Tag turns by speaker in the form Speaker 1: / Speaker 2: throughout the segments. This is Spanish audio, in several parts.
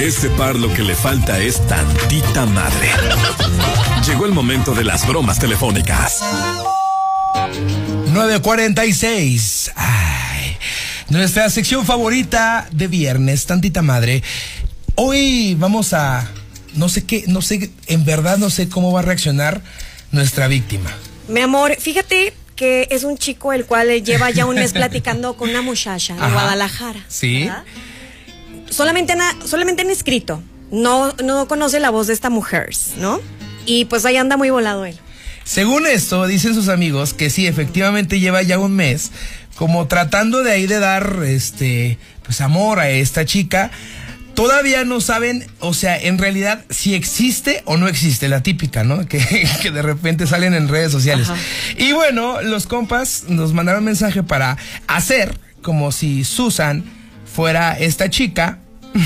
Speaker 1: este par lo que le falta es tantita madre. Llegó el momento de las bromas telefónicas.
Speaker 2: 946. Ay, nuestra sección favorita de viernes, tantita madre. Hoy vamos a. No sé qué, no sé, en verdad no sé cómo va a reaccionar nuestra víctima.
Speaker 3: Mi amor, fíjate que es un chico el cual lleva ya un mes platicando con una muchacha de
Speaker 2: Ajá.
Speaker 3: Guadalajara.
Speaker 2: Sí.
Speaker 3: ¿verdad? Solamente, na- solamente en escrito. No, no conoce la voz de esta mujer, ¿no? Y pues ahí anda muy volado él.
Speaker 2: Según esto, dicen sus amigos que sí, efectivamente lleva ya un mes como tratando de ahí de dar este pues amor a esta chica. Todavía no saben, o sea, en realidad si existe o no existe, la típica, ¿no? Que, que de repente salen en redes sociales.
Speaker 3: Ajá.
Speaker 2: Y bueno, los compas nos mandaron mensaje para hacer como si Susan fuera esta chica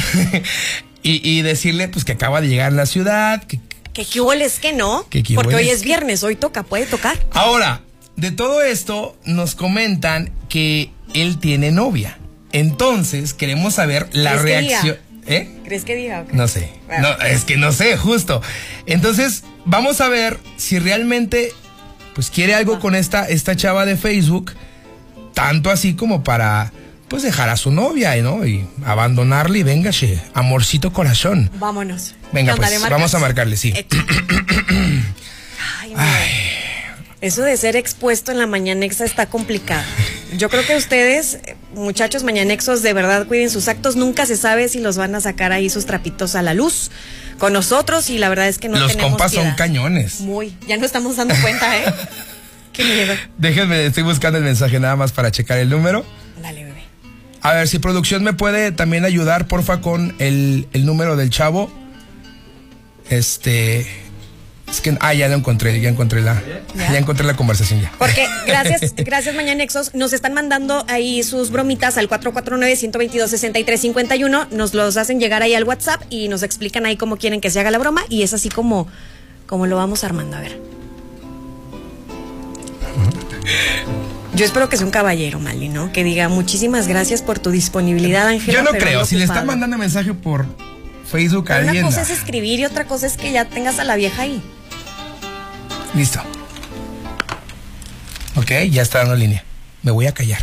Speaker 2: y, y decirle pues que acaba de llegar a la ciudad, que,
Speaker 3: Que qué hubo, es que no.
Speaker 2: Que qué
Speaker 3: porque
Speaker 2: hubo,
Speaker 3: hoy
Speaker 2: es
Speaker 3: es viernes, hoy toca, puede tocar.
Speaker 2: Ahora, de todo esto nos comentan que él tiene novia. Entonces, queremos saber la
Speaker 3: Es que
Speaker 2: reacción.
Speaker 3: diga.
Speaker 2: ¿Eh?
Speaker 3: ¿Crees que diga? o qué?
Speaker 2: No sé.
Speaker 3: Bueno.
Speaker 2: No, es que no sé, justo. Entonces, vamos a ver si realmente pues quiere algo con esta esta chava de Facebook, tanto así como para pues dejar a su novia, ¿no? Y abandonarle y véngase, amorcito corazón.
Speaker 3: Vámonos.
Speaker 2: Venga,
Speaker 3: ¿Qué onda, le
Speaker 2: pues,
Speaker 3: marcas?
Speaker 2: vamos a marcarle, sí.
Speaker 3: Echa. Ay, no. Eso de ser expuesto en la mañanexa está complicado. Yo creo que ustedes, eh, muchachos mañanexos, de verdad cuiden sus actos. Nunca se sabe si los van a sacar ahí sus trapitos a la luz con nosotros y la verdad es que no
Speaker 2: Los
Speaker 3: tenemos
Speaker 2: compas son
Speaker 3: piedad.
Speaker 2: cañones.
Speaker 3: Muy. Ya no estamos dando cuenta, ¿eh? Qué miedo.
Speaker 2: Déjenme, estoy buscando el mensaje nada más para checar el número.
Speaker 3: Dale, bebé.
Speaker 2: A ver si producción me puede también ayudar, porfa, con el, el número del chavo. Este. Es que. Ah, ya lo encontré, ya encontré la.
Speaker 3: ¿Ya?
Speaker 2: Ya encontré la conversación ya.
Speaker 3: Porque gracias, gracias Mañanexos, nos están mandando ahí sus bromitas al 449-122-6351, nos los hacen llegar ahí al WhatsApp y nos explican ahí cómo quieren que se haga la broma y es así como, como lo vamos armando, a ver. Yo espero que sea un caballero, Mali, ¿no? Que diga muchísimas gracias por tu disponibilidad, Ángela.
Speaker 2: Yo no
Speaker 3: pero
Speaker 2: creo,
Speaker 3: ando
Speaker 2: si le están
Speaker 3: ocupada".
Speaker 2: mandando mensaje por Facebook a
Speaker 3: Una
Speaker 2: alguien. ah,
Speaker 3: cosa
Speaker 2: no.
Speaker 3: es escribir y otra cosa es que ya tengas a la vieja ahí.
Speaker 2: Listo. Ok, ya está dando línea. Me voy a callar.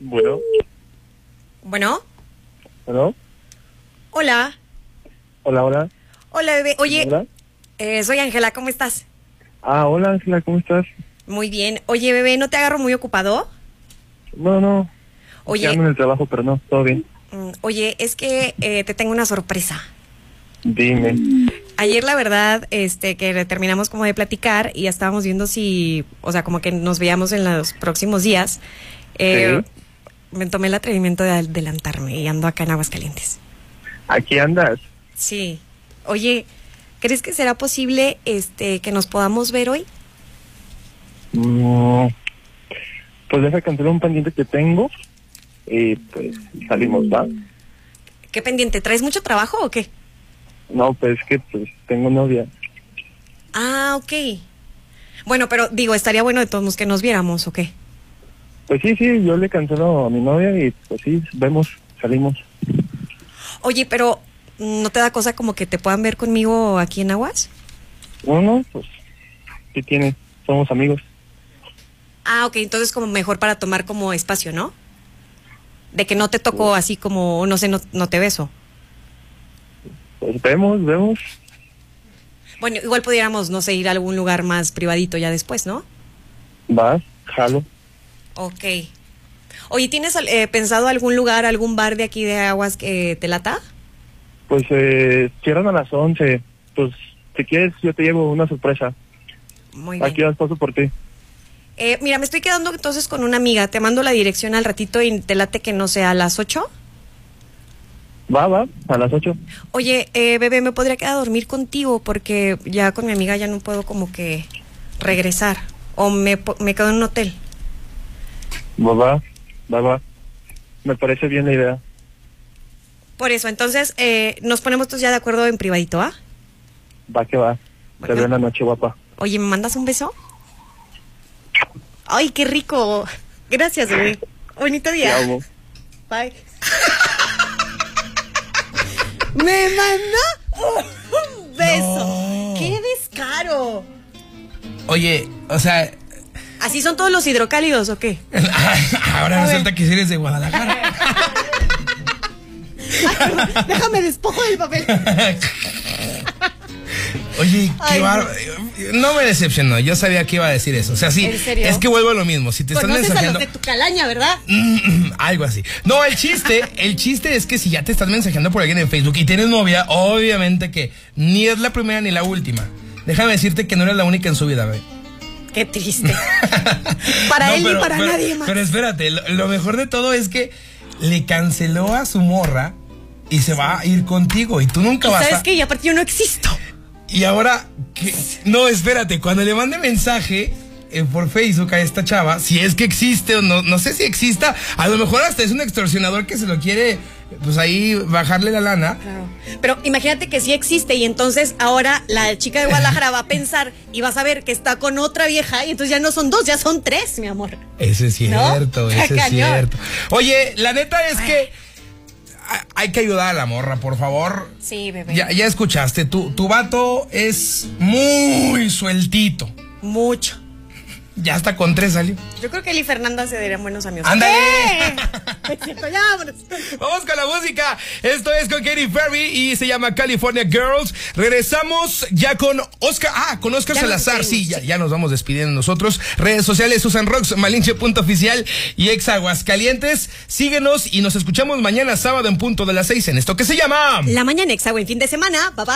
Speaker 4: Bueno,
Speaker 3: Bueno,
Speaker 4: bueno,
Speaker 3: hola.
Speaker 4: hola, hola.
Speaker 3: Hola, bebé. Oye,
Speaker 4: Hola.
Speaker 3: eh, soy Ángela, ¿cómo estás?
Speaker 4: Ah, hola Ángela, ¿cómo estás?
Speaker 3: Muy bien. Oye, bebé, ¿no te agarro muy ocupado?
Speaker 4: No, no.
Speaker 3: Oye.
Speaker 4: Ya ando en el trabajo, pero no, todo bien.
Speaker 3: Mm, Oye, es que eh, te tengo una sorpresa.
Speaker 4: Dime.
Speaker 3: Ayer, la verdad, este, que terminamos como de platicar y ya estábamos viendo si, o sea, como que nos veíamos en los próximos días. Eh, Me tomé el atrevimiento de adelantarme y ando acá en Aguascalientes.
Speaker 4: Aquí andas.
Speaker 3: Sí. Oye, ¿crees que será posible este, que nos podamos ver hoy?
Speaker 4: No. Mm, Pues deja cancelar un pendiente que tengo y pues salimos, ¿va?
Speaker 3: ¿Qué pendiente? ¿Traes mucho trabajo o qué?
Speaker 4: No, pues es que pues tengo novia.
Speaker 3: Ah, ok. Bueno, pero digo, estaría bueno de todos modos que nos viéramos o qué.
Speaker 4: Pues sí, sí, yo le cancelo a mi novia y pues sí, vemos, salimos.
Speaker 3: Oye, pero ¿no te da cosa como que te puedan ver conmigo aquí en Aguas?
Speaker 4: No, no, pues ¿qué tiene? Somos amigos.
Speaker 3: Ah, ok, entonces como mejor para tomar como espacio, ¿no? De que no te toco así como, no sé, no, no te beso.
Speaker 4: Pues vemos, vemos.
Speaker 3: Bueno, igual pudiéramos, no sé, ir a algún lugar más privadito ya después, ¿no?
Speaker 4: Vas, jalo.
Speaker 3: Ok. Oye, ¿tienes eh, pensado algún lugar, algún bar de aquí de Aguas que te lata?
Speaker 4: Pues eh, cierran a las 11. Pues si quieres, yo te llevo una sorpresa.
Speaker 3: Muy bien.
Speaker 4: Aquí las paso por ti.
Speaker 3: Eh, mira, me estoy quedando entonces con una amiga. Te mando la dirección al ratito y te late que no sea a las 8.
Speaker 4: Va, va, a las 8.
Speaker 3: Oye, eh, bebé, me podría quedar a dormir contigo porque ya con mi amiga ya no puedo como que regresar. O me, po- me quedo en un hotel.
Speaker 4: Va, va, va, va. Me parece bien la idea.
Speaker 3: Por eso, entonces eh, nos ponemos todos ya de acuerdo en privadito, ¿ah?
Speaker 4: Va que va.
Speaker 3: Bueno.
Speaker 4: Te veo en la noche, guapa.
Speaker 3: Oye, ¿me mandas un beso? ¡Ay, qué rico! Gracias, bebé. Bonito
Speaker 4: Te
Speaker 3: día.
Speaker 4: amo.
Speaker 3: Bye. Me mandó un beso.
Speaker 2: No.
Speaker 3: ¡Qué descaro!
Speaker 2: Oye, o sea,
Speaker 3: ¿Así son todos los hidrocálidos o qué?
Speaker 2: ahora
Speaker 3: A ver.
Speaker 2: resulta que si eres de Guadalajara.
Speaker 3: Déjame despojo del papel.
Speaker 2: Oye,
Speaker 3: Ay,
Speaker 2: qué
Speaker 3: no.
Speaker 2: bar... No me decepcionó, yo sabía que iba a decir eso. O sea, sí,
Speaker 3: ¿En serio?
Speaker 2: es que vuelvo a lo mismo. Si te están
Speaker 3: Conoces a
Speaker 2: mensajeando. Mm.
Speaker 3: los de tu calaña, ¿verdad?
Speaker 2: Algo así. No, el chiste, el chiste es que si ya te estás mensajeando por alguien en Facebook y tienes novia, obviamente que ni es la primera ni la última. Déjame decirte que no eres la única en su vida, güey.
Speaker 3: Qué triste. Para
Speaker 2: No,
Speaker 3: él
Speaker 2: pero-
Speaker 3: ni para
Speaker 2: pero-
Speaker 3: nadie más.
Speaker 2: Pero espérate, lo, lo mejor de todo es que le canceló a su morra y se va a ir contigo y tú nunca
Speaker 3: Y
Speaker 2: vas
Speaker 3: sabes
Speaker 2: a...
Speaker 3: que, y aparte yo no existo.
Speaker 2: Y ahora, ¿qué? no, espérate, cuando le mande mensaje eh, por Facebook a esta chava, si es que existe o no, no sé si exista, a lo mejor hasta es un extorsionador que se lo quiere, pues ahí bajarle la lana.
Speaker 3: Pero imagínate que sí existe y entonces ahora la chica de Guadalajara va a pensar y va a saber que está con otra vieja y entonces ya no son dos, ya son tres, mi amor.
Speaker 2: Eso es
Speaker 3: ¿No?
Speaker 2: cierto,
Speaker 3: Está
Speaker 2: eso es
Speaker 3: cañón.
Speaker 2: cierto. Oye, la neta es que ha- hay que ayudar a la morra, por favor.
Speaker 3: Sí, bebé.
Speaker 2: Ya, ya escuchaste, tu, tu vato es muy sueltito.
Speaker 3: Mucho.
Speaker 2: Ya hasta con tres salió.
Speaker 3: Yo creo que él y Fernanda se darían buenos amigos.
Speaker 2: ¡Ándale!
Speaker 3: Es cierto, ya, vámonos.
Speaker 2: Vamos con la música. Esto es con Katy Perry y se llama California Girls. Regresamos ya con Oscar. Ah, con Oscar
Speaker 3: Ya nos
Speaker 2: Salazar. Sí,
Speaker 3: despedimos,
Speaker 2: ya,
Speaker 3: sí.
Speaker 2: ya nos vamos despidiendo nosotros. Redes sociales, Susan Rocks, Malinche.oficial y ex Aguascalientes. Síguenos y nos escuchamos mañana sábado en punto de las seis en esto que se llama.
Speaker 3: La mañana, exa, buen fin de semana. Bye bye.